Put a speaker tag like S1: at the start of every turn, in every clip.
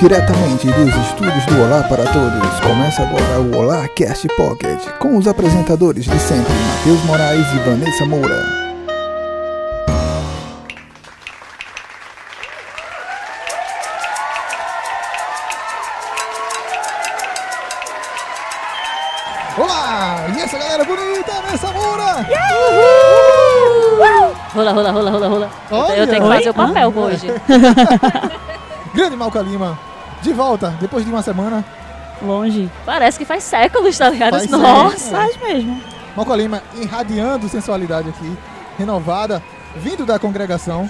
S1: Diretamente dos estúdios do Olá para Todos, começa agora o Olá Cast Pocket, com os apresentadores de sempre, Matheus Moraes e Vanessa Moura. Olá! E essa galera bonita, Vanessa Moura!
S2: Rola, rola, rola, rola, rola.
S1: Olha!
S2: eu tenho que
S1: Oi?
S2: fazer o papel hoje.
S1: Grande Malca Lima, de volta, depois de uma semana.
S3: Longe.
S2: Parece que faz séculos, tá ligado?
S1: Faz
S2: Nossa!
S1: séculos.
S3: Faz mesmo.
S1: Malca Lima irradiando sensualidade aqui, renovada, vindo da congregação,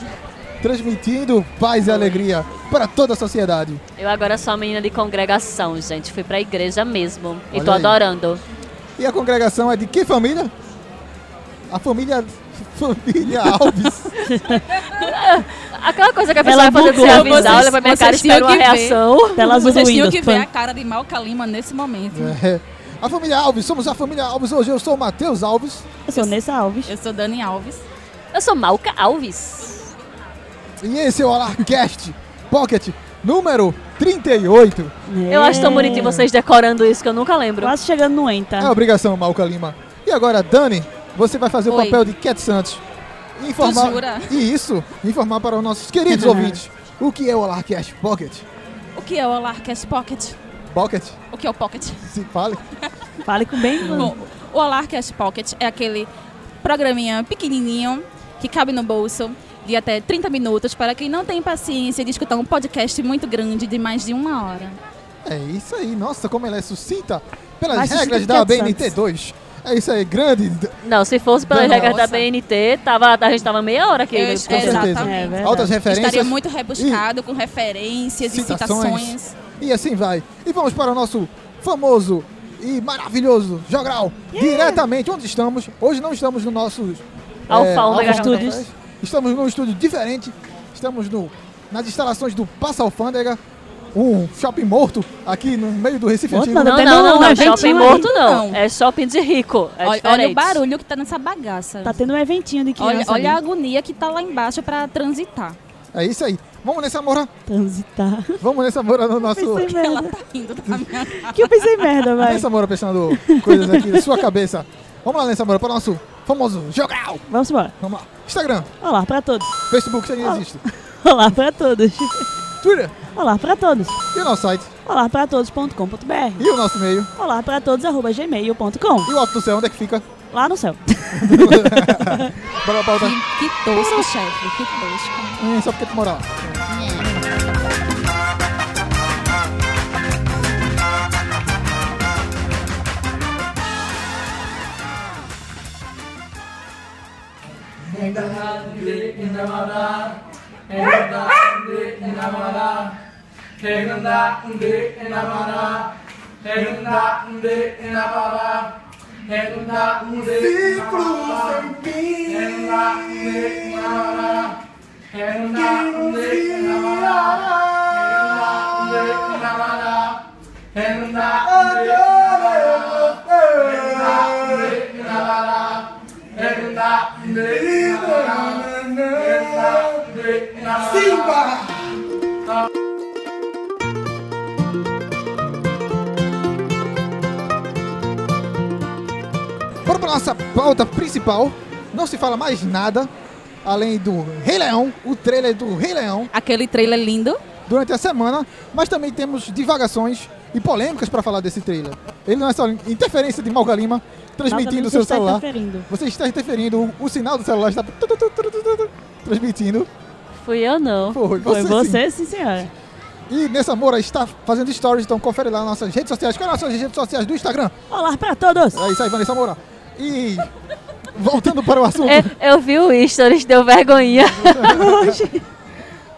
S1: transmitindo paz e alegria para toda a sociedade.
S2: Eu agora sou uma menina de congregação, gente. Fui pra igreja mesmo. E
S1: Olha
S2: tô
S1: aí.
S2: adorando.
S1: E a congregação é de que família? A família. Família Alves.
S2: Aquela coisa que a pessoa
S3: Ela
S2: vai fazer
S3: bugou.
S2: sem avisar,
S4: Vocês-
S2: olha pra minha
S4: vocês
S2: cara e espera
S4: tinham
S2: uma
S4: que ver.
S2: reação.
S3: Tela azul do
S4: Vocês tinham
S3: Windows.
S4: que ver a
S3: pã.
S4: cara de Malca Lima nesse momento.
S1: É. A família Alves, somos a família Alves. Hoje eu sou o Matheus Alves.
S3: Eu sou Nessa Alves.
S4: Eu sou Dani Alves.
S2: Eu sou Malca Alves.
S1: E esse é o Alarcast Pocket número 38.
S2: Eu acho tão bonitinho
S3: vocês.
S2: vocês decorando isso que eu nunca lembro.
S3: É, Quase chegando no ENTA.
S1: É a obrigação, Malca Lima. E agora, Dani, você vai fazer o
S4: Oi.
S1: papel de Cat Santos. E Informar,
S4: Tu jura?
S1: E isso, informar para os nossos queridos ouvintes o que é o Alarcast Pocket.
S4: O que é o Alarcast Pocket?
S1: Pocket,
S4: O que é o Pocket?
S1: se fale.
S3: Fale com bem.
S4: Bom, o Alarcast Pocket é aquele programinha pequenininho que cabe no bolso de até 30 minutos para quem não tem paciência de escutar um podcast muito grande de mais de uma hora.
S1: É isso aí, nossa, como ela é sucinta pelas
S3: Mais sucinta
S1: regras
S3: que
S1: da
S3: a de
S1: BNT2. É isso aí, grande. d-
S2: Não, se fosse pelas
S1: Nossa.
S2: regras da BNT, tava, a gente tava meia hora aqui.
S4: Eu-
S2: né?
S4: é,
S3: É
S4: exatamente.
S3: verdade.
S1: Altas né? referências.
S4: Estaria muito rebuscado com referências
S1: Citações.
S4: e citações.
S1: E assim vai. E vamos para o nosso famoso e maravilhoso Jogral. Diretamente onde estamos. Hoje não estamos no nosso
S2: Alfa
S3: Omega
S1: Alfa
S3: Studios.
S1: Studios. Estamos num estúdio diferente. Estamos no, nas instalações do Passa Alfândega, um shopping morto aqui no meio do Recife
S3: Morto
S1: Antigo. né?
S3: nada.
S2: Não, não,
S3: Até
S2: não,
S3: não,
S2: não,
S3: a gente
S2: Shopping
S3: não é.
S2: morto não.
S4: Não.
S2: É shopping de rico. É
S4: olha, olha
S2: diferente.
S4: o barulho que tá nessa bagaça.
S3: Tá tendo um eventinho de
S4: olha,
S3: criança.
S4: olha a
S3: ali.
S4: agonia que tá lá embaixo para transitar.
S1: É isso aí. Vamos nessa mora.
S3: Transitar.
S1: Vamos nessa mora no nosso.
S3: tá. Pensei
S4: Ela
S3: merda.
S4: tá rindo da minha
S3: Que eu pensei merda, vai.
S1: Nessa mora pensando coisas aqui da sua cabeça. Vamos lá nessa mora para o nosso famoso Jogral.
S3: Vamos embora.
S1: Vamos lá. Instagram,
S3: Olá pra todos.
S1: Facebook, isso aí existe.
S3: Olá pra todos.
S1: Twitter
S3: Olá pra todos.
S1: e o nosso site.
S3: Olá pra todos.com.br.
S1: E o nosso e-mail.
S3: Olá pra todos, arroba gmail.com.
S1: E o alto do céu, onde é que fica?
S3: Lá no céu.
S1: Bora pra pauta.
S4: Que, que tosco, chefe, que tosco.
S1: Hum, só porque tu mora lá. Bora pra nossa pauta principal. Não se fala mais nada além do Rei Leão, o trailer do Rei Leão
S4: Aquele trailer lindo.
S1: durante a semana, mas também temos divagações e polêmicas pra falar desse trailer. Ele não é só interferência de Malga Lima transmitindo o seu
S3: Você está
S1: celular.
S3: interferindo.
S1: Você está interferindo, o, o sinal do celular está tu, tu, tu, tu, tu, tu, tu, transmitindo.
S2: Fui eu não.
S1: Foi, você,
S3: Foi
S1: sim.
S3: você, sim, senhora.
S1: E Nessa Moura está fazendo stories, então confere lá nossas redes sociais. Quais são as redes sociais do Instagram?
S3: Olá pra todos.
S1: É isso aí, Vanessa Moura. E voltando para o assunto.
S2: É, eu vi o stories, deu vergonha.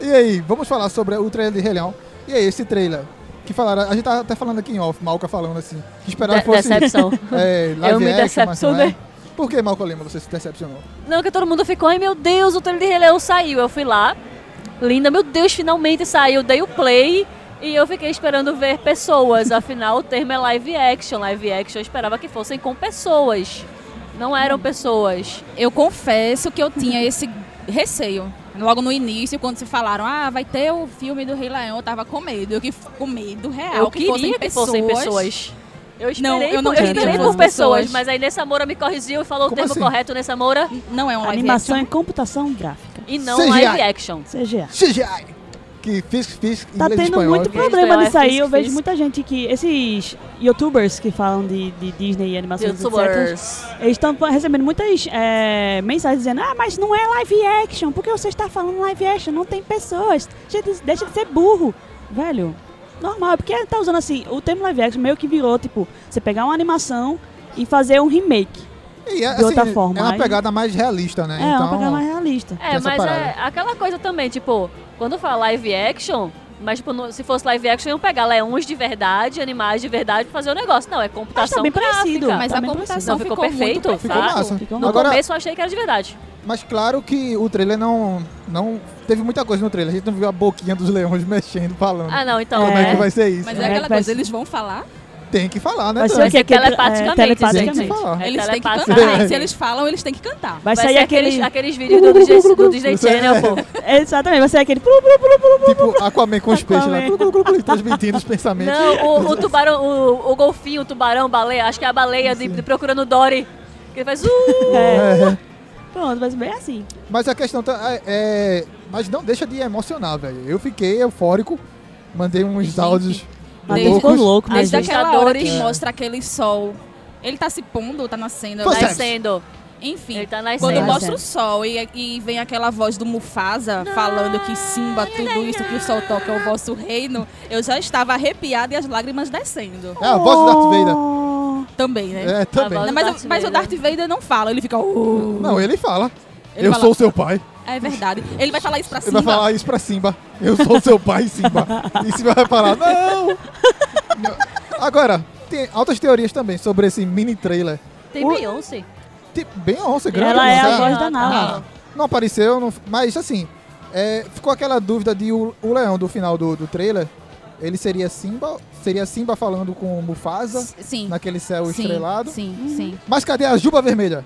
S1: E aí, vamos falar sobre o trailer de Rei Leão. E aí, esse trailer que falaram, a gente tá até falando aqui em off, Malca falando assim, que esperava
S2: De-
S1: que fosse
S2: decepção.
S1: é, live
S2: Eu me
S1: action, mas não é.
S2: decepcionei.
S1: Por que, Malca Lima, você se decepcionou?
S2: Não, que todo mundo ficou, ai meu Deus, o trailer de Rei Leão saiu. Eu fui lá, linda, meu Deus, finalmente saiu. Dei o play e eu fiquei esperando ver pessoas. Afinal, o termo é live action. Live action eu esperava que fossem com pessoas. Não eram pessoas.
S4: Eu confesso que eu tinha esse receio. Logo no início, quando se falaram, ah, vai ter o filme do Rei Leão, eu tava com medo. Eu que f- com medo real,
S2: eu
S4: É, que
S2: queria
S4: fossem
S2: que
S4: pessoas.
S2: fossem pessoas. Eu esperei,
S4: Não, eu não
S2: por, eu
S4: queria que
S2: esperei por
S4: fossem
S2: pessoas,
S4: pessoas.
S2: mas aí Nessa Moura me corrigiu e falou
S5: Como
S2: o termo
S5: assim?
S2: correto Nessa Moura
S4: Não é um live
S3: Animação
S4: action.
S3: é computação gráfica.
S2: e não
S5: CGI.
S2: live action.
S3: CGA.
S5: CGI. Que fiz, fiz em
S3: Tá
S5: inglês e
S3: tendo
S5: espanhol.
S3: muito
S2: inglês,
S3: problema
S2: espanhol, é
S3: nisso aí.
S2: físico,
S3: Eu vejo
S2: físico.
S3: muita gente que. Esses youtubers que falam de, de Disney e animações, etc.
S2: Youtubers.
S3: Eles estão recebendo muitas é, mensagens dizendo: Ah, mas não é live action. Por que você está falando live action? Não tem pessoas. Deixa de, deixa de ser burro. Velho, normal. É porque tá usando assim. O termo live action meio que virou tipo: você pegar uma animação e fazer um remake.
S5: E é,
S3: de outra forma,
S5: É uma
S3: aí-
S5: pegada mais realista, né?
S3: É, uma
S5: então,
S3: pegada mais realista.
S2: É,
S5: Tem essa
S2: mas é
S5: parada.
S2: aquela coisa também, tipo, quando fala live action, mas tipo, no- se fosse live action, iam pegar leões de verdade, animais de verdade pra fazer o negócio. Não, é
S3: Mas tá
S2: computação
S3: bem
S2: gráfica.
S3: parecido.
S4: Mas
S3: tá
S4: a
S3: bem
S4: computação
S2: é Não,
S4: ficou,
S2: ficou
S4: muito
S2: perfeito,
S5: Ficou
S2: tá?
S5: massa.
S3: Ficou
S2: No
S5: Agora,
S2: começo eu achei que era de verdade.
S5: mas claro que o trailer não, não... Teve muita coisa no trailer. A gente não viu a boquinha dos leões mexendo, falando.
S2: Ah, não, então.
S5: Como é.
S2: né?
S5: que vai ser isso?
S4: Mas
S3: É,
S4: é aquela
S3: vai
S4: coisa,
S3: ser-
S4: eles vão falar,
S5: Tem que falar, né?
S3: Vai ser
S5: Dan?
S2: Vai ser
S3: que- que- é,
S2: telepaticamente.
S3: telepaticamente.
S2: gente.
S5: Tem
S2: É
S5: que
S4: eles têm que
S2: telepaticamente.
S4: cantar. Se eles falam, eles têm que cantar.
S3: Vai,
S2: Vai
S3: sair
S2: ser
S3: aquele.
S2: aqueles, aqueles vídeos do Disney, do Disney
S5: Isso é-
S2: Channel, pô.
S3: Exatamente, vai sair aquele. plu, plu, plu, plu, plu.
S5: Tipo Aquaman com os peixes lá.
S3: Aquaman.
S5: Clu, clu, clu, clu, transmitindo os pensamentos.
S2: Não, o, o tubarão, o, o golfinho, o tubarão, baleia, acho que é a baleia de, de Procurando Dory. Que ele faz... Uh,
S3: É.
S5: É.
S3: Pronto, vai ser bem assim.
S5: Mas a questão tá, é, é- Mas não deixa de emocionar, velho. Eu fiquei eufórico, mandei uns
S4: Gente,
S5: áudios.
S3: Matheus
S5: loucos.
S3: ficou louco, né, meu
S4: Desde
S3: Deus.
S4: aquela hora que
S2: Pesquisadores.
S4: mostra aquele sol. Ele tá se pondo, tá nascendo.
S5: Pois
S4: mas-
S5: é.
S2: nascendo.
S4: Enfim,
S2: Ele tá
S4: quando
S2: nascendo.
S3: Certo.
S4: mostra o sol e, e vem aquela voz do Mufasa falando que Simba, tudo isso que o sol toca é o vosso reino, eu já estava arrepiada e as lágrimas descendo.
S5: É a voz do Darth Vader.
S3: Oh,
S4: Também, né?
S5: É, também.
S2: A voz-
S4: Mas,
S2: Darth
S4: o- mas o
S2: Vader.
S4: Darth Vader não fala, ele fica. "Oh".
S5: Não, ele fala.
S4: Ele
S5: eu
S4: fala-
S5: sou seu pai.
S4: É verdade. Ele vai falar isso pra
S5: Ele
S4: Simba.
S5: vai falar isso pra Simba. Eu sou seu pai, Simba. E Simba vai falar, não! Agora, tem altas teorias também sobre esse mini trailer.
S3: é.
S2: Tem
S5: O-
S2: Beyoncé.
S5: Tem- Tipo, Bem onça, grande
S3: Ela é
S5: onça.
S3: a
S2: Não,
S3: voz da
S2: tá.
S3: Nala.
S5: Não apareceu, não- mas assim, é, ficou aquela dúvida de o, o leão do final do, do trailer, ele seria Simba? Seria Simba falando com o Mufasa
S4: Sim.
S5: naquele céu
S4: sim,
S5: estrelado?
S4: Sim, sim.
S5: Mas cadê a Juba Vermelha?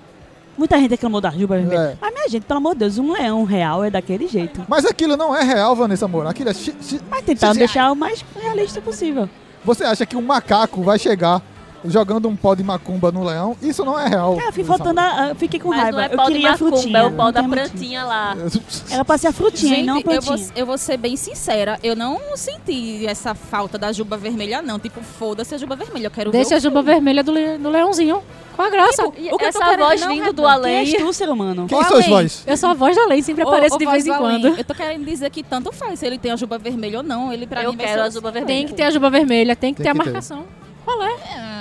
S3: Muita gente reclamou da Juba Vermelha.
S5: É.
S3: Mas, minha gente, pelo amor de Deus, um leão real é daquele jeito.
S5: Mas aquilo não é real, Vanessa Moura. Aquilo é chi- chi-
S3: Mas tentaram
S5: Sim, sim.
S3: deixar o mais realista possível.
S5: Você acha que um macaco vai chegar jogando um pó de macumba no leão? Isso não é real.
S3: Cara, eu fiquei,
S5: Vanessa
S3: faltando a- eu fiquei com
S2: Mas
S3: raiva.
S2: não é
S3: eu
S2: pau de
S3: queria a
S2: macumba,
S3: frutinha.
S2: é o pau
S3: não
S2: da
S3: tem a
S2: plantinha lá.
S5: Moura.
S3: Era pra ser a frutinha e não a
S4: Gente, eu vou,
S3: plantinha.
S4: eu vou ser bem sincera, eu não senti essa falta da juba vermelha, não. Tipo, foda-se a juba vermelha, eu quero
S6: Deixa
S4: ver.
S6: a juba vermelha do, le- do leãozinho. Qual a graça?
S4: Tipo,
S2: E
S4: O que eu tô
S2: essa
S4: querendo
S2: voz
S4: não
S2: vindo
S4: é
S2: do
S4: bom.
S3: Quem és
S2: além.
S3: tu, ser humano?
S5: Quem é
S4: Ô,
S5: são as
S4: amém.
S5: vozes?
S6: Eu sou a voz da lei, sempre
S4: Ô,
S6: aparece
S4: ô,
S6: de
S4: voz
S6: vez em
S4: do além,
S6: quando.
S4: Eu tô querendo dizer que tanto faz se ele tem a juba vermelha ou não. Ele pra
S2: Eu
S4: mim vai
S2: quero
S4: ser
S2: a juba vermelha.
S6: Tem que ter um a juba vermelha, tem
S5: Tem
S6: que ter a
S5: que ter.
S6: marcação. Qual é?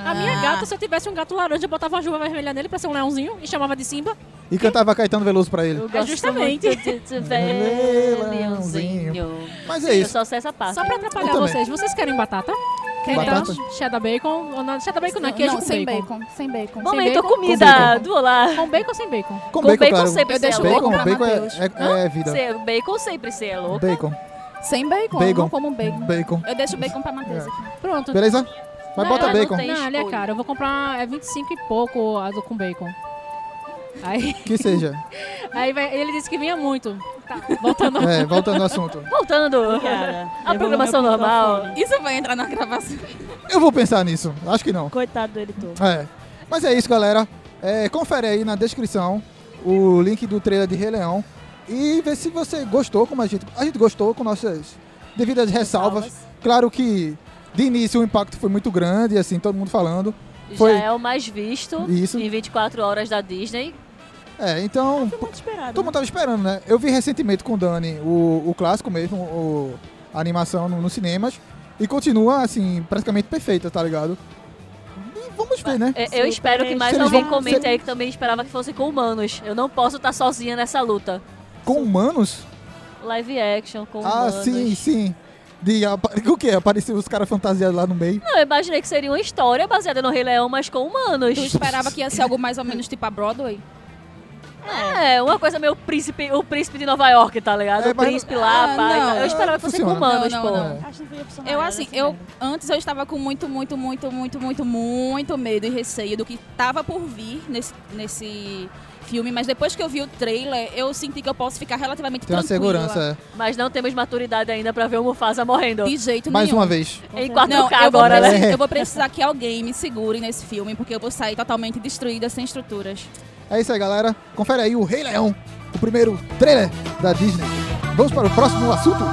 S6: A minha
S4: Ah.
S6: gata, se eu tivesse um gato laranja, eu botava uma juba vermelha nele pra ser um leãozinho e chamava de Simba.
S5: E cantava Caetano Veloso pra ele.
S2: Eu gosto
S6: justamente.
S2: muito de te ver,
S5: Meu leãozinho.
S2: leãozinho.
S5: Mas é
S2: Eu
S5: isso.
S2: só sei essa parte.
S6: Só pra atrapalhar
S5: Eu também.
S6: vocês, vocês querem batata? Querem
S5: Batata?
S6: Então, cheddar bacon? Ou não, cheddar bacon não, é queijo
S4: não,
S6: com
S4: sem
S6: bacon.
S4: bacon. Sem bacon.
S6: Bom,
S2: Momento
S6: bacon?
S2: comida do Olá.
S6: Com bacon ou sem bacon?
S5: Com,
S2: com
S5: bacon,
S2: bacon
S5: claro.
S2: sempre, Eu
S4: deixo
S5: bacon,
S4: louco pra
S5: bacon é,
S4: Mateus.
S5: é- é vida.
S2: Você- Bacon sempre, você é louco.
S5: Bacon,
S4: Sem bacon,
S5: Bacon. É.
S4: eu não como bacon.
S5: bacon.
S4: Eu deixo bacon pra Matheus aqui.
S6: Pronto.
S5: Beleza? Mas
S6: Não,
S5: bota
S6: não
S5: bacon.
S6: tem Não, ali é
S2: escolha.
S6: caro. Eu vou comprar é 25 e pouco a do- com bacon. Aí,
S5: Que seja.
S6: aí vai- ele disse que vinha muito. Tá, voltando.
S5: É, voltando ao assunto.
S2: Voltando
S3: Cara,
S2: à
S3: levou
S2: programação
S3: meu
S2: normal.
S3: microfone.
S4: Isso vai entrar na gravação.
S5: Eu vou pensar nisso. Acho que não.
S3: Coitado do editor.
S5: É. Mas é isso, galera. É, confere aí na descrição o link do trailer de Rei Leão. E vê se você gostou como a gente. A gente gostou com nossas devidas ressalvas. Claro que de início o impacto foi muito grande, assim, todo mundo falando. Foi.
S2: Já é o mais visto
S5: Isso.
S2: em 24 horas da Disney.
S5: É, então.
S3: Foi muito esperado.
S5: Todo mundo tava esperando, né? Eu vi recentemente com o Dani o, o clássico mesmo, o, a animação no- nos cinemas. E continua, assim, praticamente perfeita, tá ligado? E vamos ver, né?
S2: É,
S3: Super
S2: Eu espero que mais
S5: eles
S2: alguém
S5: vão-
S2: comente
S5: se-
S2: aí que também esperava que fosse com humanos. Eu não posso estar sozinha nessa luta.
S5: Com humanos.
S2: Live action, com
S5: Ah,
S2: humanos.
S5: sim, sim. De, apa- o quê? Apareceu os caras fantasiados lá no meio.
S2: Não, eu imaginei que seria uma história baseada no Rei Leão, mas com humanos.
S4: Tu esperava que ia ser algo mais ou menos tipo a Broadway?
S2: É, uma coisa meio príncipe, o príncipe de Nova York, tá ligado?
S5: É,
S2: o
S5: mas-
S2: príncipe lá, pai.
S4: Ah,
S2: tá
S4: não.
S2: eu esperava que fosse com
S5: é, Funciona.
S2: humanos,
S4: Não,
S2: pô.
S4: não,
S5: não.
S3: né? Acho que não foi opção
S4: Eu
S3: maior
S4: assim,
S3: dessa
S4: eu
S3: merda.
S4: antes eu estava com muito, muito, muito, muito, muito, muito medo e receio do que tava por vir nesse, nesse filme, mas depois que eu vi o trailer, eu senti que eu posso ficar relativamente
S5: Tem uma
S4: tranquila.
S5: segurança. é.
S2: Mas não temos maturidade ainda pra ver o Mufasa morrendo.
S4: De jeito
S5: Mais
S4: nenhum.
S5: uma vez.
S2: Em 4K
S4: Não, eu vou,
S2: agora, né?
S4: precis- eu vou precisar que alguém me segure nesse filme, porque eu vou sair totalmente destruída, sem estruturas.
S5: É isso aí, galera. Confere aí o Rei Leão, o primeiro trailer da Disney. Vamos para o próximo assunto?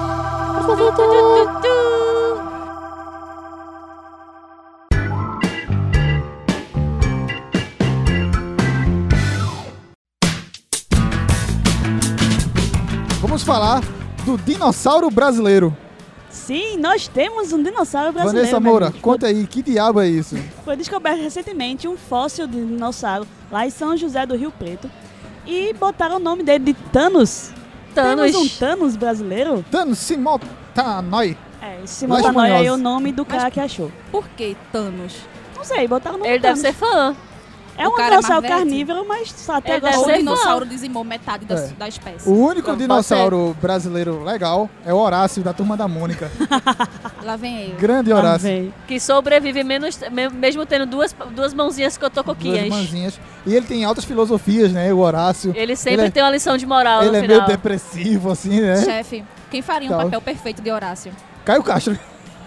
S5: Vamos falar do dinossauro brasileiro.
S3: Sim, nós temos um dinossauro brasileiro.
S5: Vanessa
S3: meu
S5: Moura,
S3: amigo.
S5: conta aí, que diabo é isso?
S3: Foi descoberto recentemente um fóssil de dinossauro lá em São José do Rio Preto. E botaram o nome dele de Thanos.
S2: Thanos.
S3: Temos um Thanos brasileiro?
S5: Tano Simotanoi.
S3: É, esse
S5: Mais
S3: Motanói aí é
S5: manhosa.
S3: o nome do cara que achou.
S4: Por que Thanos?
S3: Não sei, botaram o nome
S2: Ele
S3: Thanos.
S2: deve ser fã.
S3: É
S4: O
S3: um
S4: cara é
S3: dinossauro
S4: mais velho.
S3: carnívoro, mas só até
S2: assim. Ele deve
S4: Ou
S2: ser
S4: o
S3: agora...
S2: fã.
S4: dinossauro dizimou metade da,
S5: É.
S4: da espécie.
S5: O único
S2: Vamos,
S5: dinossauro brasileiro legal é o Horácio, da Turma da Mônica.
S4: Lá vem ele.
S5: Grande Horácio.
S3: Amei.
S2: Que sobrevive menos, me- mesmo tendo duas, duas mãozinhas
S3: é
S5: Duas
S2: cotocoquinhas.
S5: irmãzinhas. E ele tem altas filosofias, né? O Horácio.
S2: Ele sempre
S5: Ele é-
S2: tem uma lição de moral
S5: Ele
S2: no
S5: é
S2: final.
S5: meio depressivo, assim, né?
S4: Chefe, quem faria um
S5: Tá.
S4: papel perfeito de Horácio?
S5: Caio Castro.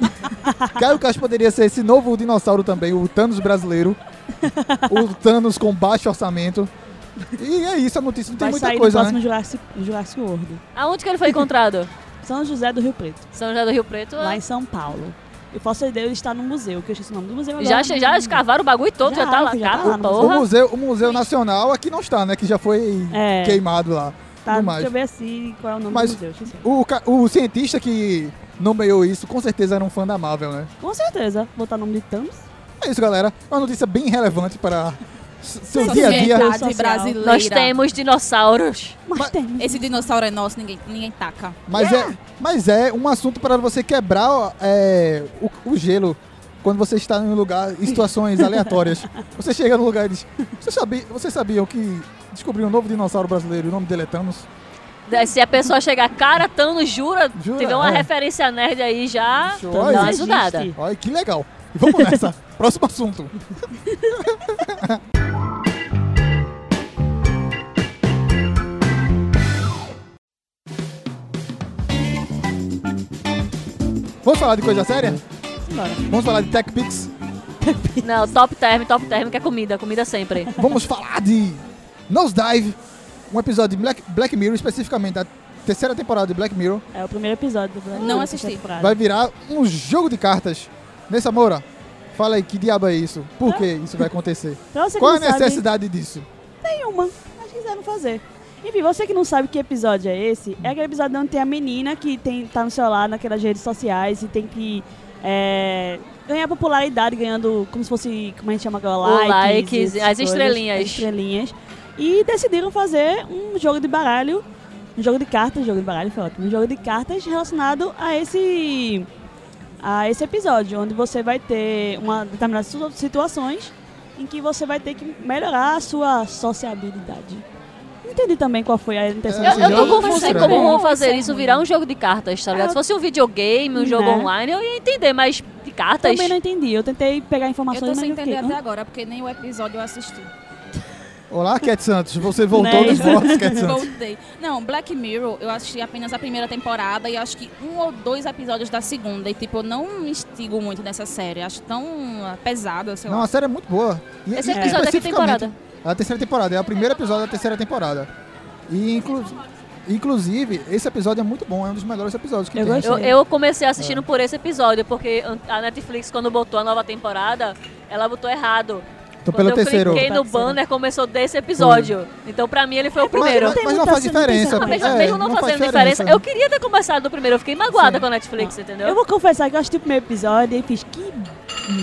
S5: Caio Castro poderia ser esse novo dinossauro também, o Thanos brasileiro. o Thanos com baixo orçamento. E é isso, a notícia não tem
S3: Vai
S5: muita
S3: sair do
S5: coisa, né?
S3: próximo Jurassic, Jurassic World.
S2: Aonde que ele foi encontrado?
S3: São José do Rio Preto,
S2: São José do Rio Preto?
S3: lá em São Paulo. E o fóssil dele está no museu, que eu esqueci o nome do museu agora. né?
S2: Já, che- já escavaram o bagulho todo, já,
S3: Já,
S2: tá lá.
S3: já tá
S2: Cabo,
S3: lá no
S5: O
S2: porra.
S5: museu, o museu Nacional aqui não está, né? Que já foi
S3: É.
S5: queimado lá.
S3: Tá,
S5: Tudo mais.
S3: deixa eu ver assim qual é o nome
S5: Mas-
S3: do museu. deixa eu ver.
S5: O, ca- o cientista que nomeou isso com certeza era um fã da Marvel, né?
S3: Com certeza, botar o nome de Thanos.
S5: É isso, galera. Uma notícia bem relevante para s- seu dia a dia.
S3: Sociedade.
S4: Sociedade brasileira.
S2: Nós temos dinossauros.
S3: Mas,
S5: Mas-
S3: tem.
S4: Esse dinossauro é nosso, ninguém, ninguém taca.
S5: Mas, é, mas é um assunto para você quebrar ó, é, o, o gelo quando você está em um lugar, em situações aleatórias. Você chega no lugar e diz: Você sabia, vocês sabiam que descobriu um novo dinossauro brasileiro e o nome dele é Thanos?
S2: Né, Se a pessoa chegar, cara, Thanos, jura?
S5: Jura,
S2: tiver uma
S5: é.
S2: referência nerd aí já,
S5: Show,
S2: dá
S5: Tipo, aí.
S2: uma ajudada.
S3: Existe.
S5: Olha que legal. E vamos nessa. Próximo assunto. Vamos falar de coisa séria?
S3: Simbora.
S5: Vamos falar de Tech Pix?
S2: Não, top term, top term, que é comida, comida sempre.
S5: Vamos falar de Nosedive, um episódio de Black, Black Mirror, especificamente da terceira temporada de Black Mirror.
S3: É o primeiro episódio do Brasil.
S4: Não assisti.
S5: Vai virar um jogo de cartas. Nessa Moura, fala aí que diabo é isso? Por que isso vai acontecer?
S3: Pra você que
S5: Qual é a
S3: não sabe,
S5: necessidade disso?
S3: nenhuma. Mas quiseram fazer. Enfim, você que não sabe que episódio é esse, é aquele episódio onde tem a menina que tem, tá no celular naquelas redes sociais e tem que é, ganhar popularidade, ganhando como se fosse, como a gente chama agora,
S2: O
S3: likes.
S2: likes,
S3: e essas
S2: as estrelinhas.
S3: As estrelinhas. E decidiram fazer um jogo de baralho, um jogo de cartas, jogo de baralho foi ótimo, um jogo de cartas relacionado a esse a esse episódio, onde você vai ter uma determinadas situ- situações em que você vai ter que melhorar a sua sociabilidade. Não entendi também qual foi a intenção
S5: É,
S2: Eu, eu
S5: Esse
S3: desse
S2: tô
S5: jogo
S3: jogo.
S5: é
S2: confusa em
S5: frustrante.
S2: como vão
S4: Isso é
S2: fazer
S4: ruim.
S2: isso virar um jogo de cartas, tá ligado?
S3: Eu-
S2: Se fosse um videogame, um jogo
S3: Né?
S2: online, eu ia entender, mas de cartas.
S3: Também não entendi. Eu tentei pegar
S4: Eu
S3: informações,
S4: tô
S3: mas
S4: sem
S3: não
S4: entender
S3: fiquei.
S4: até
S3: hã?
S4: agora, porque nem o episódio eu assisti.
S5: Olá, Cat Santos. Você voltou
S3: Né?
S5: nos votos, Cat Santos.
S4: Voltei. Não, Black Mirror, eu assisti apenas a primeira temporada e acho que um ou dois episódios da segunda. E, tipo, eu não me instigo muito nessa série. Acho tão ah, pesada, sei
S5: Não,
S4: lá.
S5: a série é muito boa. E,
S2: Esse
S5: e
S2: episódio é que
S5: especificamente,
S2: temporada?
S5: A terceira temporada. É o primeiro episódio da terceira temporada. E, inclu- inclusive, esse episódio é muito bom. É um dos melhores episódios que
S3: Eu
S5: tem.
S3: gostei.
S2: Eu, eu comecei assistindo
S5: É.
S2: por esse episódio, porque an- a Netflix, quando botou a nova temporada, ela botou errado.
S5: Então,
S2: quando
S5: pelo
S2: eu
S5: terceiro.
S2: cliquei no
S3: Tá, terceiro.
S2: banner, começou desse episódio. Então, pra mim, ele foi o primeiro.
S5: Mas,
S3: tem
S5: mas não
S3: muita-
S5: faz
S3: não tem
S5: diferença.
S3: mas-
S2: mesmo
S5: é,
S2: mesmo não,
S5: faz né?
S2: fazendo diferença, eu queria ter começado do primeiro, eu fiquei magoada com a Netflix, entendeu?
S3: Ah. Eu vou confessar que eu assisti o primeiro episódio e fiz que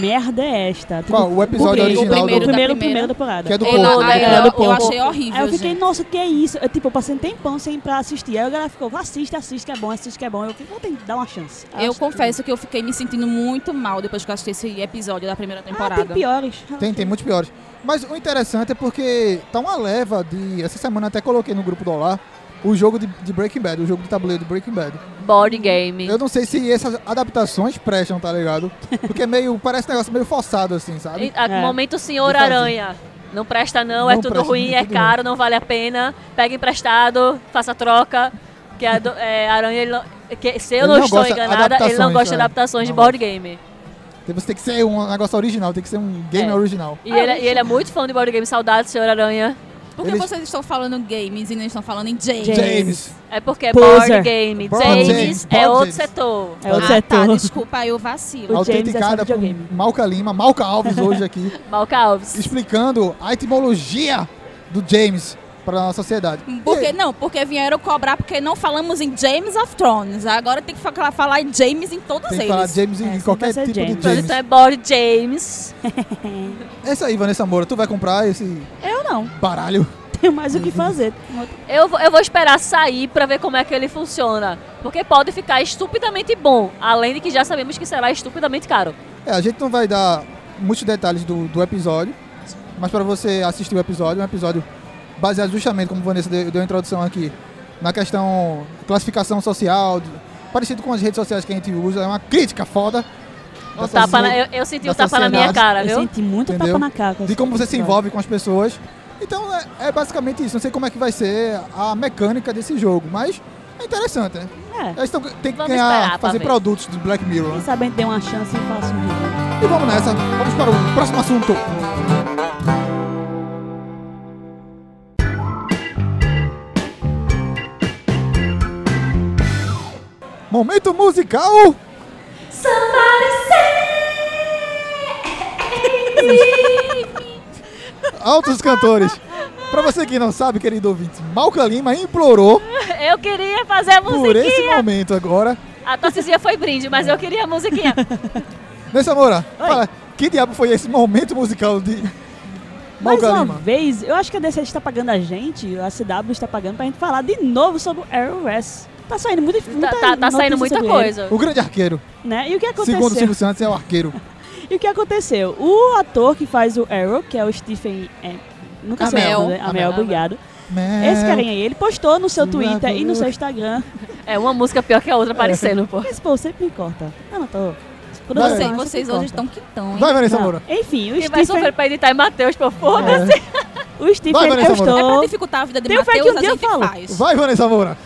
S3: merda é esta? Tipo,
S5: Qual? O episódio
S3: primeiro-
S5: original
S4: o
S3: O
S4: primeiro
S5: do...
S4: né? da
S3: primeiro,
S4: primeira.
S3: primeiro da temporada.
S5: Que é do
S4: Ei,
S5: porco.
S4: não, aí
S5: É
S4: eu,
S5: do
S4: eu
S5: porco.
S4: achei horrível,
S3: Aí eu fiquei,
S4: gente.
S3: nossa, o que é isso? Eu, tipo, eu passei um tempão sem pra assistir. Aí a galera ficou, assiste, assiste que é bom, assiste que é bom. Eu fiquei, vou tentar dar uma chance. Aí
S4: Eu
S3: assisti.
S4: confesso que eu fiquei me sentindo muito mal depois que eu assisti esse episódio da primeira
S3: Ah,
S4: temporada.
S3: tem piores.
S5: Tem, tem muitos piores. Mas o interessante é porque tá uma leva de... Essa semana até coloquei no grupo do Olá o jogo de, de Breaking Bad, o jogo de tabuleiro de Breaking Bad.
S2: Board game.
S5: Eu não sei se essas adaptações prestam, tá ligado? Porque é meio... Parece um negócio meio forçado, assim, sabe?
S2: E- a-
S3: É.
S2: Momento Senhor
S5: De fazer.
S2: Aranha. Não presta não,
S5: Não
S2: é tudo
S5: presta,
S2: ruim,
S5: é
S2: é
S5: tudo
S2: caro, não vale a pena. Pega emprestado, faça troca. Que a do- é, Aranha, ele não- que- se eu
S5: Ele
S2: não,
S5: não
S2: estou
S5: gosta de
S2: enganada, ele não
S5: adaptações,
S2: gosta de
S5: é.
S2: adaptações de
S5: Não
S2: board game.
S5: Então Você tem que ser um negócio original, tem que ser um game
S2: É.
S5: original.
S2: E,
S3: Ah,
S2: ele, e ele é muito fã de board game. Saudade, senhor Aranha.
S4: Por que
S5: Eles-
S4: vocês estão falando games e não estão falando em James?
S3: James.
S5: James.
S2: É porque é
S3: Poser.
S2: board game.
S5: Board
S2: James,
S5: James,
S2: é
S5: board
S2: outro
S5: James.
S2: setor.
S3: É o
S4: ah,
S3: setor.
S4: tá, desculpa, eu vacilo.
S3: O James é só
S5: Autenticada por
S3: videogame.
S5: Malca Lima, Malca Alves hoje aqui,
S2: Malca Alves.
S5: explicando a etimologia do James para a sociedade.
S4: Porque, não, porque vieram cobrar porque não falamos em James of Thrones. Agora tem que fa- falar em James em todos
S5: Tem que
S4: eles.
S5: falar James
S3: É,
S5: em
S3: sempre vai
S5: qualquer
S3: ser
S5: tipo
S3: James.
S5: de
S2: Pronto,
S5: James.
S2: Então é board James.
S5: Essa aí, Vanessa Moura, tu vai comprar esse
S3: Eu não.
S5: baralho?
S3: Tenho mais
S2: Uhum.
S3: o que fazer.
S2: Eu, vou- eu vou esperar sair pra ver como é que ele funciona. Porque pode ficar estupidamente bom. Além de que já sabemos que será estupidamente caro.
S5: É, a gente não vai dar muitos detalhes do, do episódio, mas para você assistir o episódio, é um episódio baseado justamente, como a Vanessa deu, deu a introdução aqui, na questão classificação social, de- parecido com as redes sociais que a gente usa, é uma crítica foda.
S2: Um
S5: da
S2: tapa na-
S5: socie-
S2: eu, eu senti
S5: da
S2: um tapa na minha
S5: sociedade.
S2: cara,
S3: Eu
S2: viu?
S3: senti muito
S5: Entendeu?
S3: tapa na cara. com
S5: de
S3: esse
S5: como você se
S3: episódio.
S5: envolve com as pessoas. Então é, é basicamente isso. Não sei como é que vai ser a mecânica desse jogo, mas é interessante, né?
S3: É.
S5: Eles tão- têm que
S2: Vamos
S5: ganhar,
S2: esperar pra
S5: fazer
S2: ver.
S5: produtos do Black Mirror.
S3: Quem
S5: né?
S3: sabe a gente dê uma chance e faça um vídeo.
S5: E vamos nessa. Vamos para o próximo assunto. Momento musical. Altos cantores. Pra você que não sabe, querido ouvinte, Malca Lima implorou
S2: Eu queria fazer a
S5: por esse
S2: musiquinha.
S5: momento agora.
S2: A tossezinha foi brinde, mas eu queria a musiquinha.
S5: Nessa Moura, fala, que diabo foi esse momento musical de
S3: Mais
S5: Malca
S3: uma
S5: Lima?
S3: vez, eu acho que a DC está tá pagando a gente, a CW está pagando pra gente falar de novo sobre o Arrowverse. Tá saindo muita,
S2: Tá,
S3: muita
S2: tá- tá
S3: notícia
S2: saindo muita
S3: sobre
S2: coisa.
S5: O grande arqueiro.
S3: ele, né? E o que
S5: Segundo o
S3: aconteceu?
S5: Silvio Santos, é o arqueiro.
S3: E o que aconteceu? O ator que faz o Arrow, que é o Stephen... É, nunca sei o
S4: Amell.
S3: nome dele. Amel,
S2: Amell.
S3: obrigado.
S5: É.
S3: Esse carinha aí, ele postou no seu
S5: Meu
S3: Twitter e no
S5: amor.
S3: seu Instagram.
S2: É uma música pior que a outra aparecendo, pô.
S3: Esse povo sempre me corta. Eu não tô... Quando
S5: Vai,
S3: eu
S4: Sei,
S3: falo,
S4: vocês
S3: sempre me
S4: hoje
S3: corta.
S4: estão quitão, hein?
S5: Vai, Vanessa
S3: Não.
S5: Moura.
S3: Enfim, o
S2: E vai
S3: Stephen,
S5: é
S2: sofrer pra editar e Matheus, pô. Foda-se.
S3: o Stephen
S5: Vai, Vanessa Moura.
S4: É pra
S3: postou...
S4: dificultar a vida de
S3: Tem um fé que
S4: Matheus,
S3: um
S4: a
S3: dia eu
S4: gente
S3: falo.
S4: faz.
S5: Vai, Vanessa Moura.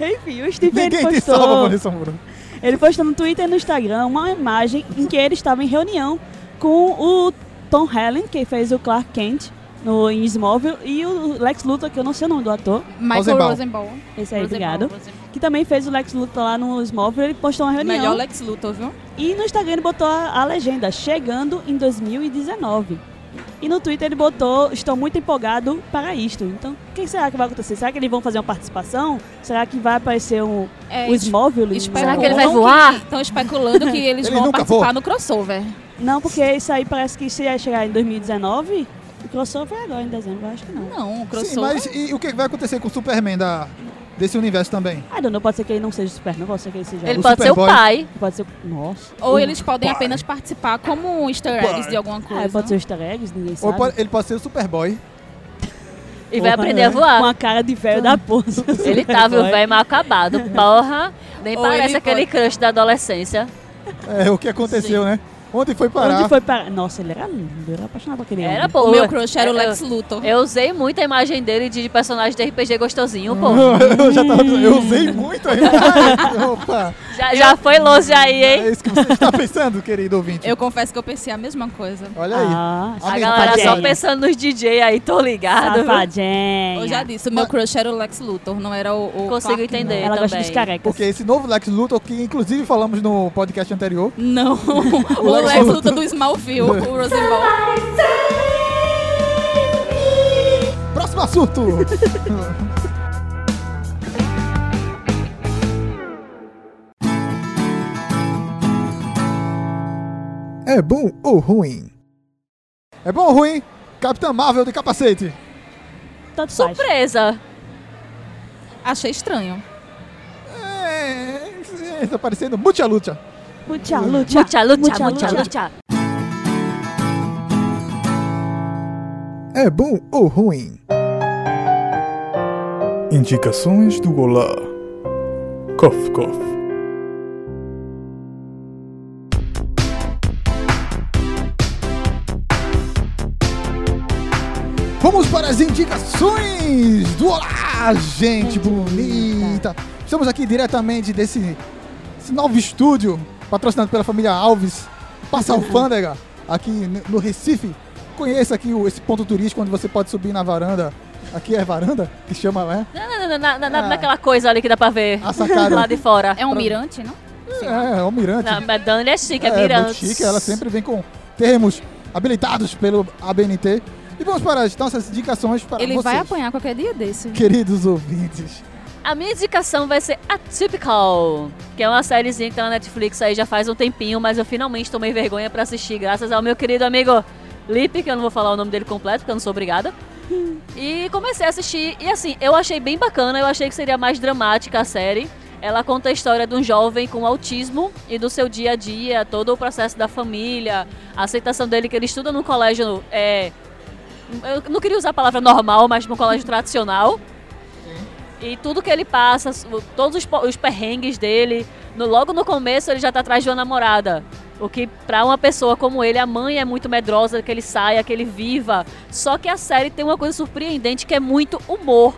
S3: Enfim, o Stephen
S5: Ninguém te
S3: postou...
S5: salva, Vanessa Moura.
S3: Ele postou no Twitter e no Instagram uma imagem em que ele estava em reunião com o Tom Helen, que fez o Clark Kent no em Smallville, e o Lex Luthor, que eu não sei o nome do ator,
S4: Michael
S5: Rosenbaum.
S4: Rosenbaum.
S3: esse aí, obrigado, que também fez o Lex Luthor lá no Smallville, ele postou uma reunião.
S4: Melhor Lex Luthor, viu?
S3: E no Instagram ele botou a, a legenda, chegando em 2019. E no Twitter ele botou, estou muito empolgado para isto. Então, o que será que vai acontecer? Será que eles vão fazer uma participação? Será que vai aparecer um,
S4: É,
S3: o
S4: es-
S3: Smallville? em
S4: especulam
S2: Será que ele vai
S4: que-
S2: voar?
S4: Estão especulando que eles
S5: Ele
S4: vão
S5: nunca
S4: participar
S5: voa.
S4: no crossover.
S3: Não, porque isso aí parece que se ia chegar em 2019, o crossover é agora em dezembro, eu acho que não.
S4: Não, o
S5: Sim,
S4: crossover.
S5: mas e o que vai acontecer com o Superman da, desse universo também?
S3: Ah, não, pode ser que ele não seja super, não pode ser que ele seja.
S2: Ele
S5: O
S2: pode ser o
S5: Superboy.
S2: pai.
S3: Pode ser. Nossa.
S4: Ou eles podem apenas participar como easter eggs de alguma coisa.
S3: Ah, pode ser easter eggs, ninguém
S5: Ou
S3: sabe.
S5: pode- ele pode ser o Superboy.
S2: E vai
S3: Porra,
S2: aprender a
S3: né? Com
S2: voar. Tá.
S3: a cara de velho da porra.
S2: Ele tava, o velho mal acabado. Porra. Nem
S4: Ou
S2: parece
S4: ele
S2: aquele crush da adolescência.
S5: É o que aconteceu, né? Onde foi parar?
S3: Onde foi parar? Nossa, ele era lindo, eu era apaixonado por aquele homem.
S2: Era, pô.
S4: O meu crush era o
S2: Eu-
S4: Lex Luthor.
S2: É, Eu usei muito a imagem dele de personagem de RPG gostosinho, pô.
S5: Eu já tava Eu usei muito aí. Opa!
S2: Já, já foi longe aí,
S5: É
S2: hein?
S5: isso que você está pensando, querido ouvinte.
S4: Eu confesso que eu pensei a mesma coisa.
S5: Olha aí.
S3: Ah,
S5: A
S2: A
S5: Amigo,
S2: galera
S5: tá
S2: só
S5: bem.
S2: pensando nos DJ aí, tô ligado. viu?
S3: safadinha.
S4: Eu já disse, o meu crush era o Lex Luthor, não era o, o
S2: Consigo
S4: Clark,
S2: entender.
S3: Ela gosta
S2: também.
S3: dos carecas.
S5: Porque esse novo Lex Luthor, que inclusive falamos no podcast anterior,
S4: Não, o,
S5: Lex
S4: Lex
S5: Luthor.
S4: Luthor do Smallville, o Rosenbaum.
S5: Próximo assunto! é bom ou ruim? É bom ou ruim? Capitã Marvel de capacete.
S3: Tanto faz.
S2: Surpresa.
S4: Achei estranho.
S5: É, é, tá parecendo Mucha Lucha.
S3: Lucha, lucha.
S2: Mucha, lucha,
S3: Hum. Mucha
S2: mucha,
S3: lucha.
S2: lucha.
S5: É bom ou ruim?
S1: Indicações do Olá. Cof, cof.
S5: para as indicações do Olá, gente bonita. Estamos aqui diretamente desse esse novo estúdio, patrocinado pela família Alves, Passa Alfândega, aqui no- no Recife. Conheça aqui o- esse ponto turístico onde você pode subir na varanda. Aqui é varanda? Que chama, né?
S2: Não, não, não, na, na,
S5: Ah.
S2: na, naquela coisa ali que dá pra ver
S5: A sacada.
S2: lá de fora.
S4: É um mirante, não?
S5: É, é o Mirante.
S2: Não, mas Dani é chique, é,
S5: É, muito
S2: mirante.
S5: chique, ela sempre vem com termos habilitados pelo ABNT. E vamos para as nossas indicações para
S4: Ele
S5: vocês,
S4: vai apanhar qualquer dia desse.
S5: queridos ouvintes.
S2: A minha indicação vai ser Atypical, que é uma sériezinha que tá na Netflix aí já faz um tempinho, mas eu finalmente tomei vergonha pra assistir, graças ao meu querido amigo Lipe, que eu não vou falar o nome dele completo, porque eu não sou obrigada. E comecei a assistir, e assim, eu achei bem bacana, eu achei que seria mais dramática a série. Ela conta a história de um jovem com autismo e do seu dia a dia, todo o processo da família, a aceitação dele que ele estuda num colégio. É, eu não queria usar a palavra normal, mas num colégio tradicional. E tudo que ele passa, o- todos os, po- os perrengues dele, no- logo no começo ele já tá atrás de uma namorada. O que pra uma pessoa como ele, a mãe é muito medrosa que ele saia, que ele viva. Só que a série tem uma coisa surpreendente que é muito humor.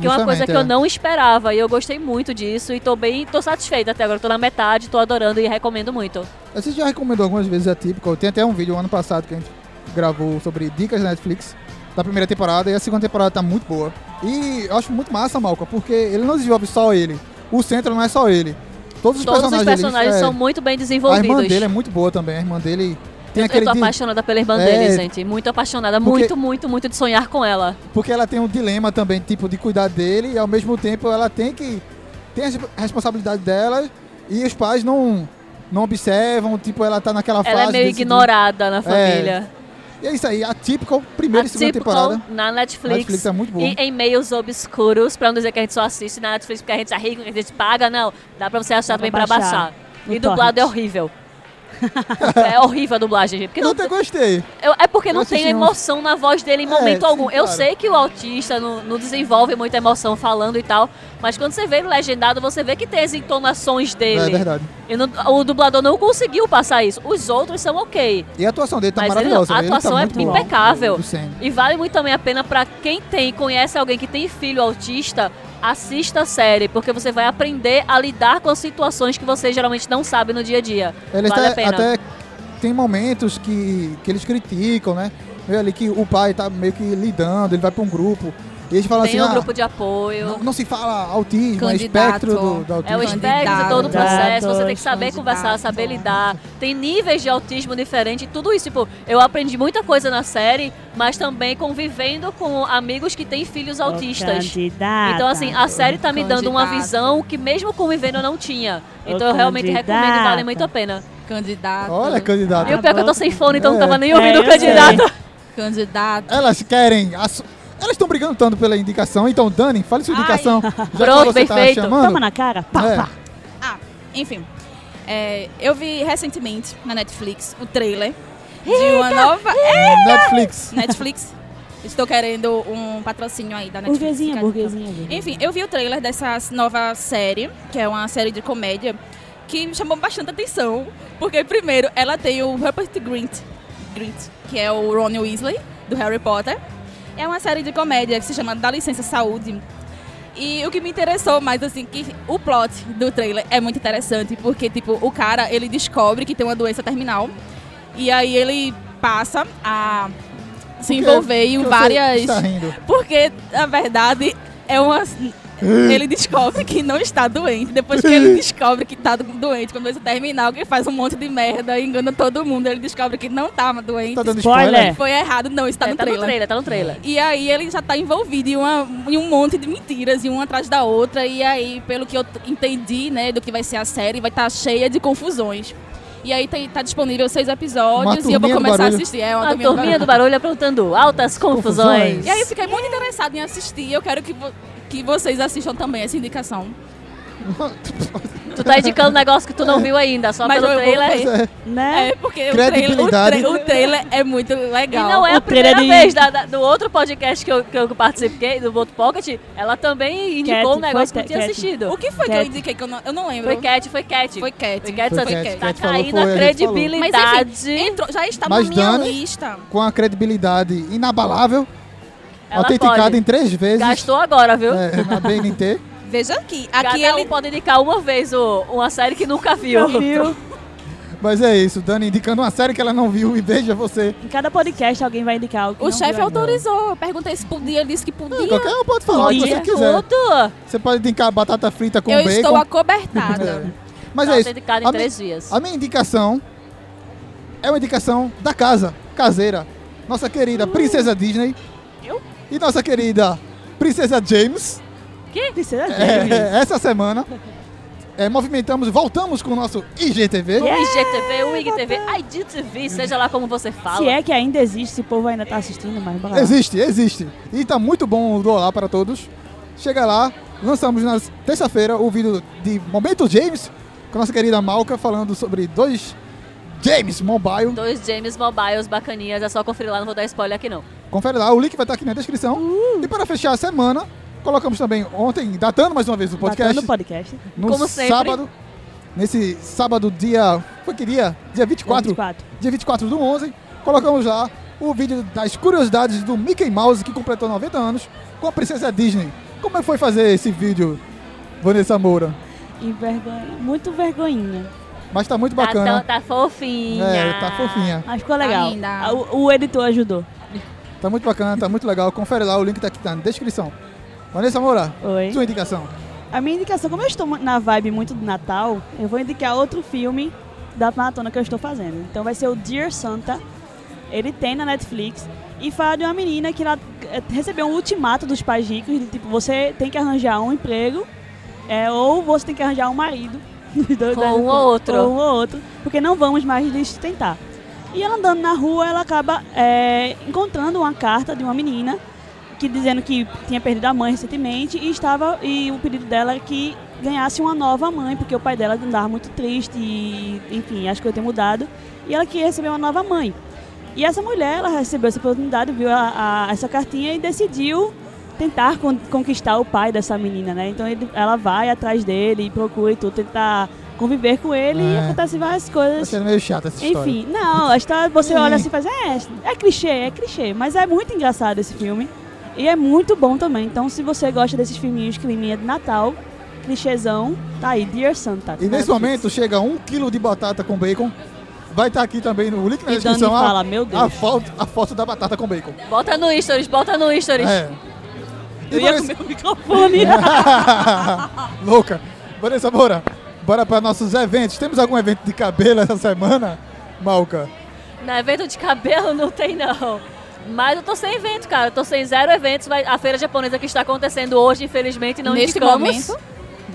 S2: Que é uma coisa
S5: Justamente,
S2: que
S5: é.
S2: eu não esperava. E eu gostei muito disso. E tô bem. tô satisfeita até agora. Tô na metade, tô adorando e recomendo muito.
S5: A gente já recomendou algumas vezes a Típico. Tem até um vídeo ano passado que a gente gravou sobre dicas da Netflix da primeira temporada e a segunda temporada tá muito boa. E eu acho muito massa, Malca, porque ele não desenvolve só ele. O centro não é só ele. Todos os
S2: Todos
S5: personagens,
S2: os personagens
S5: ali, é,
S2: são muito bem
S5: A
S2: desenvolvidos.
S5: irmã dele é muito boa também. A irmã dele tem
S2: eu,
S5: aquele
S2: eu tô
S5: di-
S2: apaixonada pela irmã
S5: É.
S2: dele, gente. Muito apaixonada.
S5: Porque-
S2: Muito, muito, muito de sonhar com ela.
S5: Porque ela tem um dilema também, tipo, de cuidar dele e ao mesmo tempo ela tem que. Tem a res- responsabilidade dela e os pais não, não observam, tipo, ela tá naquela fase.
S2: Ela é meio
S5: desse-
S2: ignorada na família.
S5: E é isso aí, atípica, primeira e segunda
S2: Atypical
S5: temporada.
S2: na Netflix.
S5: Netflix é muito bom.
S2: E em meios obscuros, pra não dizer que a gente só assiste na Netflix porque a gente é rico, que a gente paga, não. Dá pra você
S3: Dá
S2: achar
S3: pra
S2: também pra
S3: baixar.
S2: baixar.
S3: No
S2: E dublado
S3: torrent.
S2: é horrível. é horrível a dublagem, gente. Porque
S5: Eu
S2: não,
S5: até gostei.
S2: eu- é porque
S5: eu
S2: não tem
S5: assisti um-
S2: emoção na voz dele em
S5: É,
S2: momento
S5: sim,
S2: algum. Eu
S5: claro.
S2: sei que o autista não, não desenvolve muita emoção falando e tal, mas quando você vê ele legendado, você vê que tem as entonações
S5: É
S2: dele.
S5: verdade.
S2: E não- o dublador não conseguiu passar isso. Os outros são ok.
S5: E a atuação dele tá
S2: Mas ele não,
S5: maravilhosa.
S2: a
S5: ele tá
S2: atuação é
S5: muito boa.
S2: impecável.
S5: Do Senna.
S2: E vale muito também a pena pra quem tem, conhece alguém que tem filho autista, assista a série, porque você vai aprender a lidar com as situações que você geralmente não sabe no dia a dia.
S5: Ele
S2: vale
S5: até,
S2: a pena.
S5: até tem momentos que, que eles criticam, né? Meio ali que o pai tá meio que lidando, ele vai pra um grupo. E eles falam
S2: tem
S5: assim,
S2: um
S5: ah,
S2: grupo de apoio.
S5: não, não se fala autismo, é
S4: Candidato.
S5: espectro do, do autismo.
S2: É o espectro,
S4: Candidatos,
S2: todo o processo, você tem que saber
S4: candidatos.
S2: conversar, saber lidar. Tem níveis de autismo diferente, tudo isso. Tipo, eu aprendi muita coisa na série, mas também convivendo com amigos que têm filhos autistas.
S3: Candidata.
S2: Então, assim, a série tá me dando uma
S4: Candidato.
S2: visão que mesmo convivendo eu não tinha.
S3: Ô,
S2: Então, eu realmente recomendo e vale muito a pena.
S4: Candidato.
S5: Olha, candidato.
S2: E o pior é que eu tô sem fone, então
S5: É.
S2: não tava nem
S3: Tá É,
S2: ouvindo o
S3: eu sei.
S2: candidato.
S4: Candidato.
S5: Elas querem. a su- Elas estão brigando tanto pela indicação. Então, Dani, fale sua
S4: Ai.
S5: indicação. Já que
S2: Pronto,
S5: você tá
S2: perfeito.
S5: chamando.
S3: Toma na cara. Pá,
S5: É.
S3: pá.
S4: Ah, enfim. É, eu vi recentemente na Netflix o trailer de uma nova. É,
S5: Netflix.
S4: Netflix. Estou querendo um patrocínio aí da Netflix.
S3: Burguesinha,
S4: Fica-
S3: burguesinha. burguesinha.
S4: Enfim, eu vi o trailer dessa nova série, que é uma série de comédia, que me chamou bastante atenção. Porque, primeiro, ela tem o Rupert Grint, Grint que é o Ron Weasley, do Harry Potter. É uma série de comédia que se chama Dá Licença Saúde. E o que me interessou mais, assim, que o plot do trailer é muito interessante, porque, tipo, o cara, ele descobre que tem uma doença terminal. E aí ele passa a se
S5: Por quê?
S4: envolver em
S5: Você
S4: várias...
S5: Está rindo.
S4: Porque, na verdade, é uma. Ele descobre que não está doente. Depois que ele descobre que está doente, quando ele terminal, que faz um monte de merda, engana todo mundo, ele descobre que não estava doente.
S5: Tá dando
S3: Spoiler.
S5: spoiler.
S4: Foi errado, não, está
S2: É,
S4: no
S2: tá no
S4: trailer.
S2: trailer, tá no
S5: É.
S2: trailer.
S4: E aí ele já tá envolvido em, uma- em um monte de mentiras, e uma atrás da outra. E aí, pelo que eu t- entendi, né, do que vai ser a série, vai estar cheia de confusões. E aí tem- tá disponível seis episódios
S5: Uma
S4: e eu vou
S5: turminha do
S4: começar a
S5: barulho.
S4: assistir. É uma
S2: A
S4: turminha do
S2: turminha
S4: barulho.
S2: do barulho aprontando altas confusões.
S5: Confusões.
S4: E aí eu fiquei muito interessada em assistir. Eu quero que, vo- que vocês assistam também essa indicação.
S2: Tu tá indicando um negócio que tu não viu ainda, só
S4: Mas
S2: pelo
S4: eu vou
S2: trailer.
S4: ver.
S3: Né?
S4: É, porque o trailer, o,
S5: Credibilidade.
S4: tra- o trailer é muito
S2: E
S4: legal.
S2: não é
S3: O
S2: a primeira
S3: trailer de-
S2: vez da- da- do outro podcast que eu, que eu participei, do outro Pocket, ela também indicou
S3: Cat,
S2: um negócio que
S3: foi
S2: eu tinha
S3: Cat.
S2: assistido.
S4: O que foi que eu
S3: Cat.
S4: indiquei que eu não, eu não lembro?
S2: Foi Cat, foi Cat.
S4: Foi Cat.
S2: Foi Cat,
S5: Foi
S2: essa-
S5: Cat,
S2: tá
S5: Cat falou,
S2: caindo
S5: foi, a
S2: a
S5: gente
S2: credibilidade.
S4: Mas enfim, entrou, já está
S5: Mas
S4: na minha
S5: Dani-
S4: lista.
S5: Com a credibilidade inabalável.
S2: Ela
S5: autenticada
S2: pode.
S5: em três vezes
S2: Gastou agora, viu?
S5: é, na BNT.
S4: Veja aqui.
S2: Aqui
S4: Aqui
S2: Cada
S4: ele
S2: um pode indicar uma vez o- uma série que nunca viu.
S3: Viu?
S5: Mas é isso, Dani indicando uma série que ela não viu e beija você.
S3: Em cada podcast alguém vai indicar algo. que
S4: O
S3: não
S4: chefe
S3: viu ainda.
S4: autorizou. Eu Perguntei se podia, ele disse que podia.
S5: Qualquer um pode falar o que
S2: é.
S5: você
S3: Olha,
S5: quiser.
S2: Tudo.
S5: Você pode indicar batata frita um com
S4: eu
S5: bacon.
S4: estou acobertada.
S5: É. Mas
S2: Tá
S5: é isso.
S2: autenticada
S5: A
S2: em
S5: mi-
S2: três dias.
S5: A minha indicação é uma indicação da casa, caseira. Nossa
S4: Uh.
S5: querida Princesa Disney.
S3: Eu?
S5: E nossa querida Princesa James.
S3: Princesa
S5: É,
S3: James.
S5: essa semana é, movimentamos, voltamos com o nosso IGTV.
S2: O IGTV, o IGTV, IGTV, seja lá como você fala.
S3: Se é que ainda existe, esse povo ainda tá assistindo, mas bora lá.
S5: Existe, existe. E tá muito bom do Olá para todos. Chega lá, lançamos na terça-feira o vídeo de Momento James com a nossa querida Malca falando sobre dois James Mobile.
S2: Dois James Mobiles bacaninhas, é só conferir lá, não vou dar spoiler aqui não. Tá
S5: Confere lá, o link vai estar aqui na descrição. E para fechar a semana, colocamos também ontem, datando mais uma vez o podcast,
S3: Batendo Tá o podcast.
S5: no
S2: Como sempre.
S5: sábado. Nesse sábado, dia. Foi que dia? Dia 24,
S3: 24.
S5: Dia 24 do 11. Colocamos lá o vídeo das curiosidades do Mickey Mouse, que completou 90 anos, com a princesa Disney. Como é que foi fazer esse vídeo, Vanessa Moura?
S3: E vergonha. Muito vergonhinha.
S5: Mas tá muito
S2: Tá, tão-
S5: bacana.
S2: tá fofinha.
S5: É, tá fofinha.
S3: Mas ficou legal.
S4: Ainda.
S3: O, o editor ajudou.
S5: Tá muito bacana, tá muito legal. Confere lá, o link tá aqui tá na descrição. Vanessa Moura,
S3: Oi.
S5: sua indicação.
S3: A minha indicação, como eu estou na vibe muito do Natal, eu vou indicar outro filme da maratona que eu estou fazendo. Então vai ser o Dear Santa. Ele tem na Netflix. E fala de uma menina que ela eh, recebeu um ultimato dos pais ricos, de tipo, você tem que arranjar um emprego, eh, ou você tem que arranjar um marido.
S2: Com um ou outro.
S3: Ou um ou outro, porque não vamos mais lhe sustentar. E ela andando na rua, ela acaba eh, encontrando uma carta de uma menina que dizendo que tinha perdido a mãe recentemente e estava e o pedido dela é que ganhasse uma nova mãe, porque o pai dela andava muito triste e, enfim, acho que eu tenho mudado. E ela queria receber uma nova mãe. E essa mulher, ela recebeu essa oportunidade, viu a- a- essa cartinha e decidiu tentar con- conquistar o pai dessa menina, né? Então ele- ela vai atrás dele e procura e tudo, tentar conviver com ele e
S5: É.
S3: acontecem várias
S5: Tá
S3: coisas.
S5: sendo meio chata essa história. Hum.
S3: Enfim, não, a história você
S5: Sim.
S3: olha assim e faz, é, é clichê, é clichê, mas é muito engraçado esse filme. E é muito bom também. Então, se você gosta desses filminhos climinha de Natal, clichêzão, tá aí, Dear Santa.
S5: E nesse
S3: Tá?
S5: momento chega um quilo de batata com bacon. Vai estar aqui também no link na
S3: E Dani
S5: descrição a- ah,
S3: fala, meu
S5: a,
S3: Deus.
S5: foto, a foto da batata com bacon.
S2: Bota no stories, bota no stories.
S5: É. E
S3: Eu ia
S5: Vanessa-
S3: comer o microfone.
S5: Louca. Vanessa Moura, bora para nossos eventos. Temos algum evento de cabelo essa semana, Malca?
S2: No evento de cabelo não tem não. Mas eu tô sem evento, cara. Eu tô sem zero eventos. Vai- A feira japonesa que está acontecendo hoje, infelizmente, não
S4: neste
S2: indicamos.
S4: momento.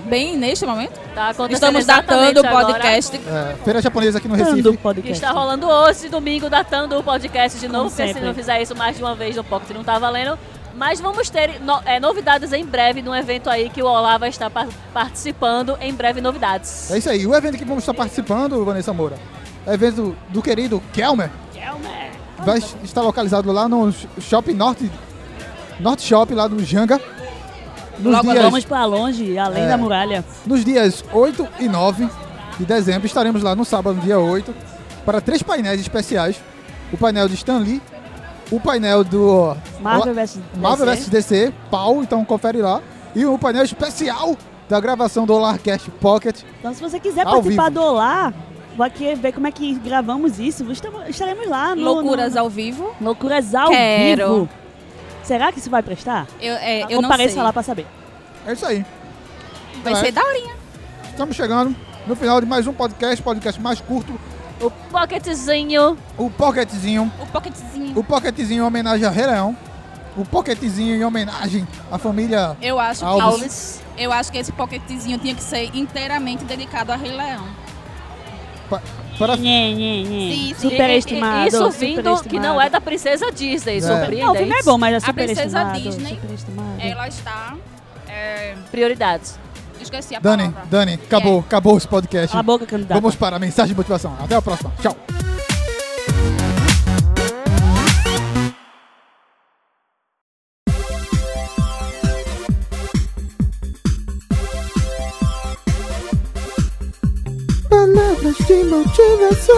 S4: Bem neste momento.
S2: Tá acontecendo
S4: Estamos
S2: exatamente
S4: datando o
S2: agora,
S4: podcast.
S5: É, feira japonesa aqui no Recife.
S3: Dando
S2: Que
S3: podcast.
S2: está rolando hoje, domingo, datando o podcast de
S3: Como
S2: novo, porque se
S3: sempre.
S2: não fizer isso mais de uma vez no Pocket não tá valendo. Mas vamos ter no- é, novidades em breve num evento aí que o Olá vai estar par- participando. Em breve, novidades.
S5: É isso aí. O evento que vamos estar participando, Vanessa Moura, é o evento do querido Kelmer. Vai estar localizado lá no Shopping Norte, Norte Shop, lá do Janga. Nos
S3: Logo
S5: dias-
S3: vamos pra longe, além
S5: É.
S3: da muralha.
S5: Nos dias 8 e 9 de dezembro, estaremos lá no sábado, dia 8, para três painéis especiais. O painel de Stan Lee, o painel do
S3: Marvel vs.
S5: Marvel vs DC, pau, então confere lá. E o painel especial da gravação do Larcast Pocket.
S3: Então, se você quiser
S5: Ao
S3: participar
S5: vivo.
S3: do Olá, vou aqui ver como é que gravamos isso. Estamos- Estaremos lá no...
S4: Loucuras
S3: no-
S4: ao vivo.
S3: Loucuras ao
S4: Quero.
S3: vivo. Será que isso vai prestar?
S4: Eu, é, eu não
S3: Compareça
S4: sei.
S3: lá pra saber.
S5: É isso aí.
S4: Vai ser daorinha.
S5: Estamos chegando no final de mais um podcast, podcast mais curto,
S2: O Pocketzinho.
S5: o Pocketzinho.
S4: O pocketzinho.
S5: O Pocketzinho em homenagem a Rei Leão. O Pocketzinho em homenagem à família.
S4: Eu acho que
S5: Alves.
S2: Alves.
S4: eu acho que esse pocketzinho tinha que ser inteiramente dedicado a Rei Leão.
S5: pa- para...
S3: Nhe, nhe, nhe.
S4: Sim, sim.
S3: Superestimado.
S2: E- e- Isso vindo que
S3: superestimado.
S2: não é da princesa Disney.
S5: É.
S2: Surpreendente.
S3: Não, o filme é bom, mas é
S4: A princesa
S3: superestimado.
S4: Disney,
S3: superestimado.
S4: Ela está. é,
S2: Prioridades.
S4: esqueci a
S5: Dani,
S4: palavra.
S5: Dani, acabou, acabou esse podcast.
S3: Cala a boca, candidato.
S5: Vamos para a mensagem de motivação. Até a próxima. Tchau. Palavras de motivação.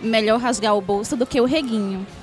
S4: melhor rasgar o bolso do que o reguinho.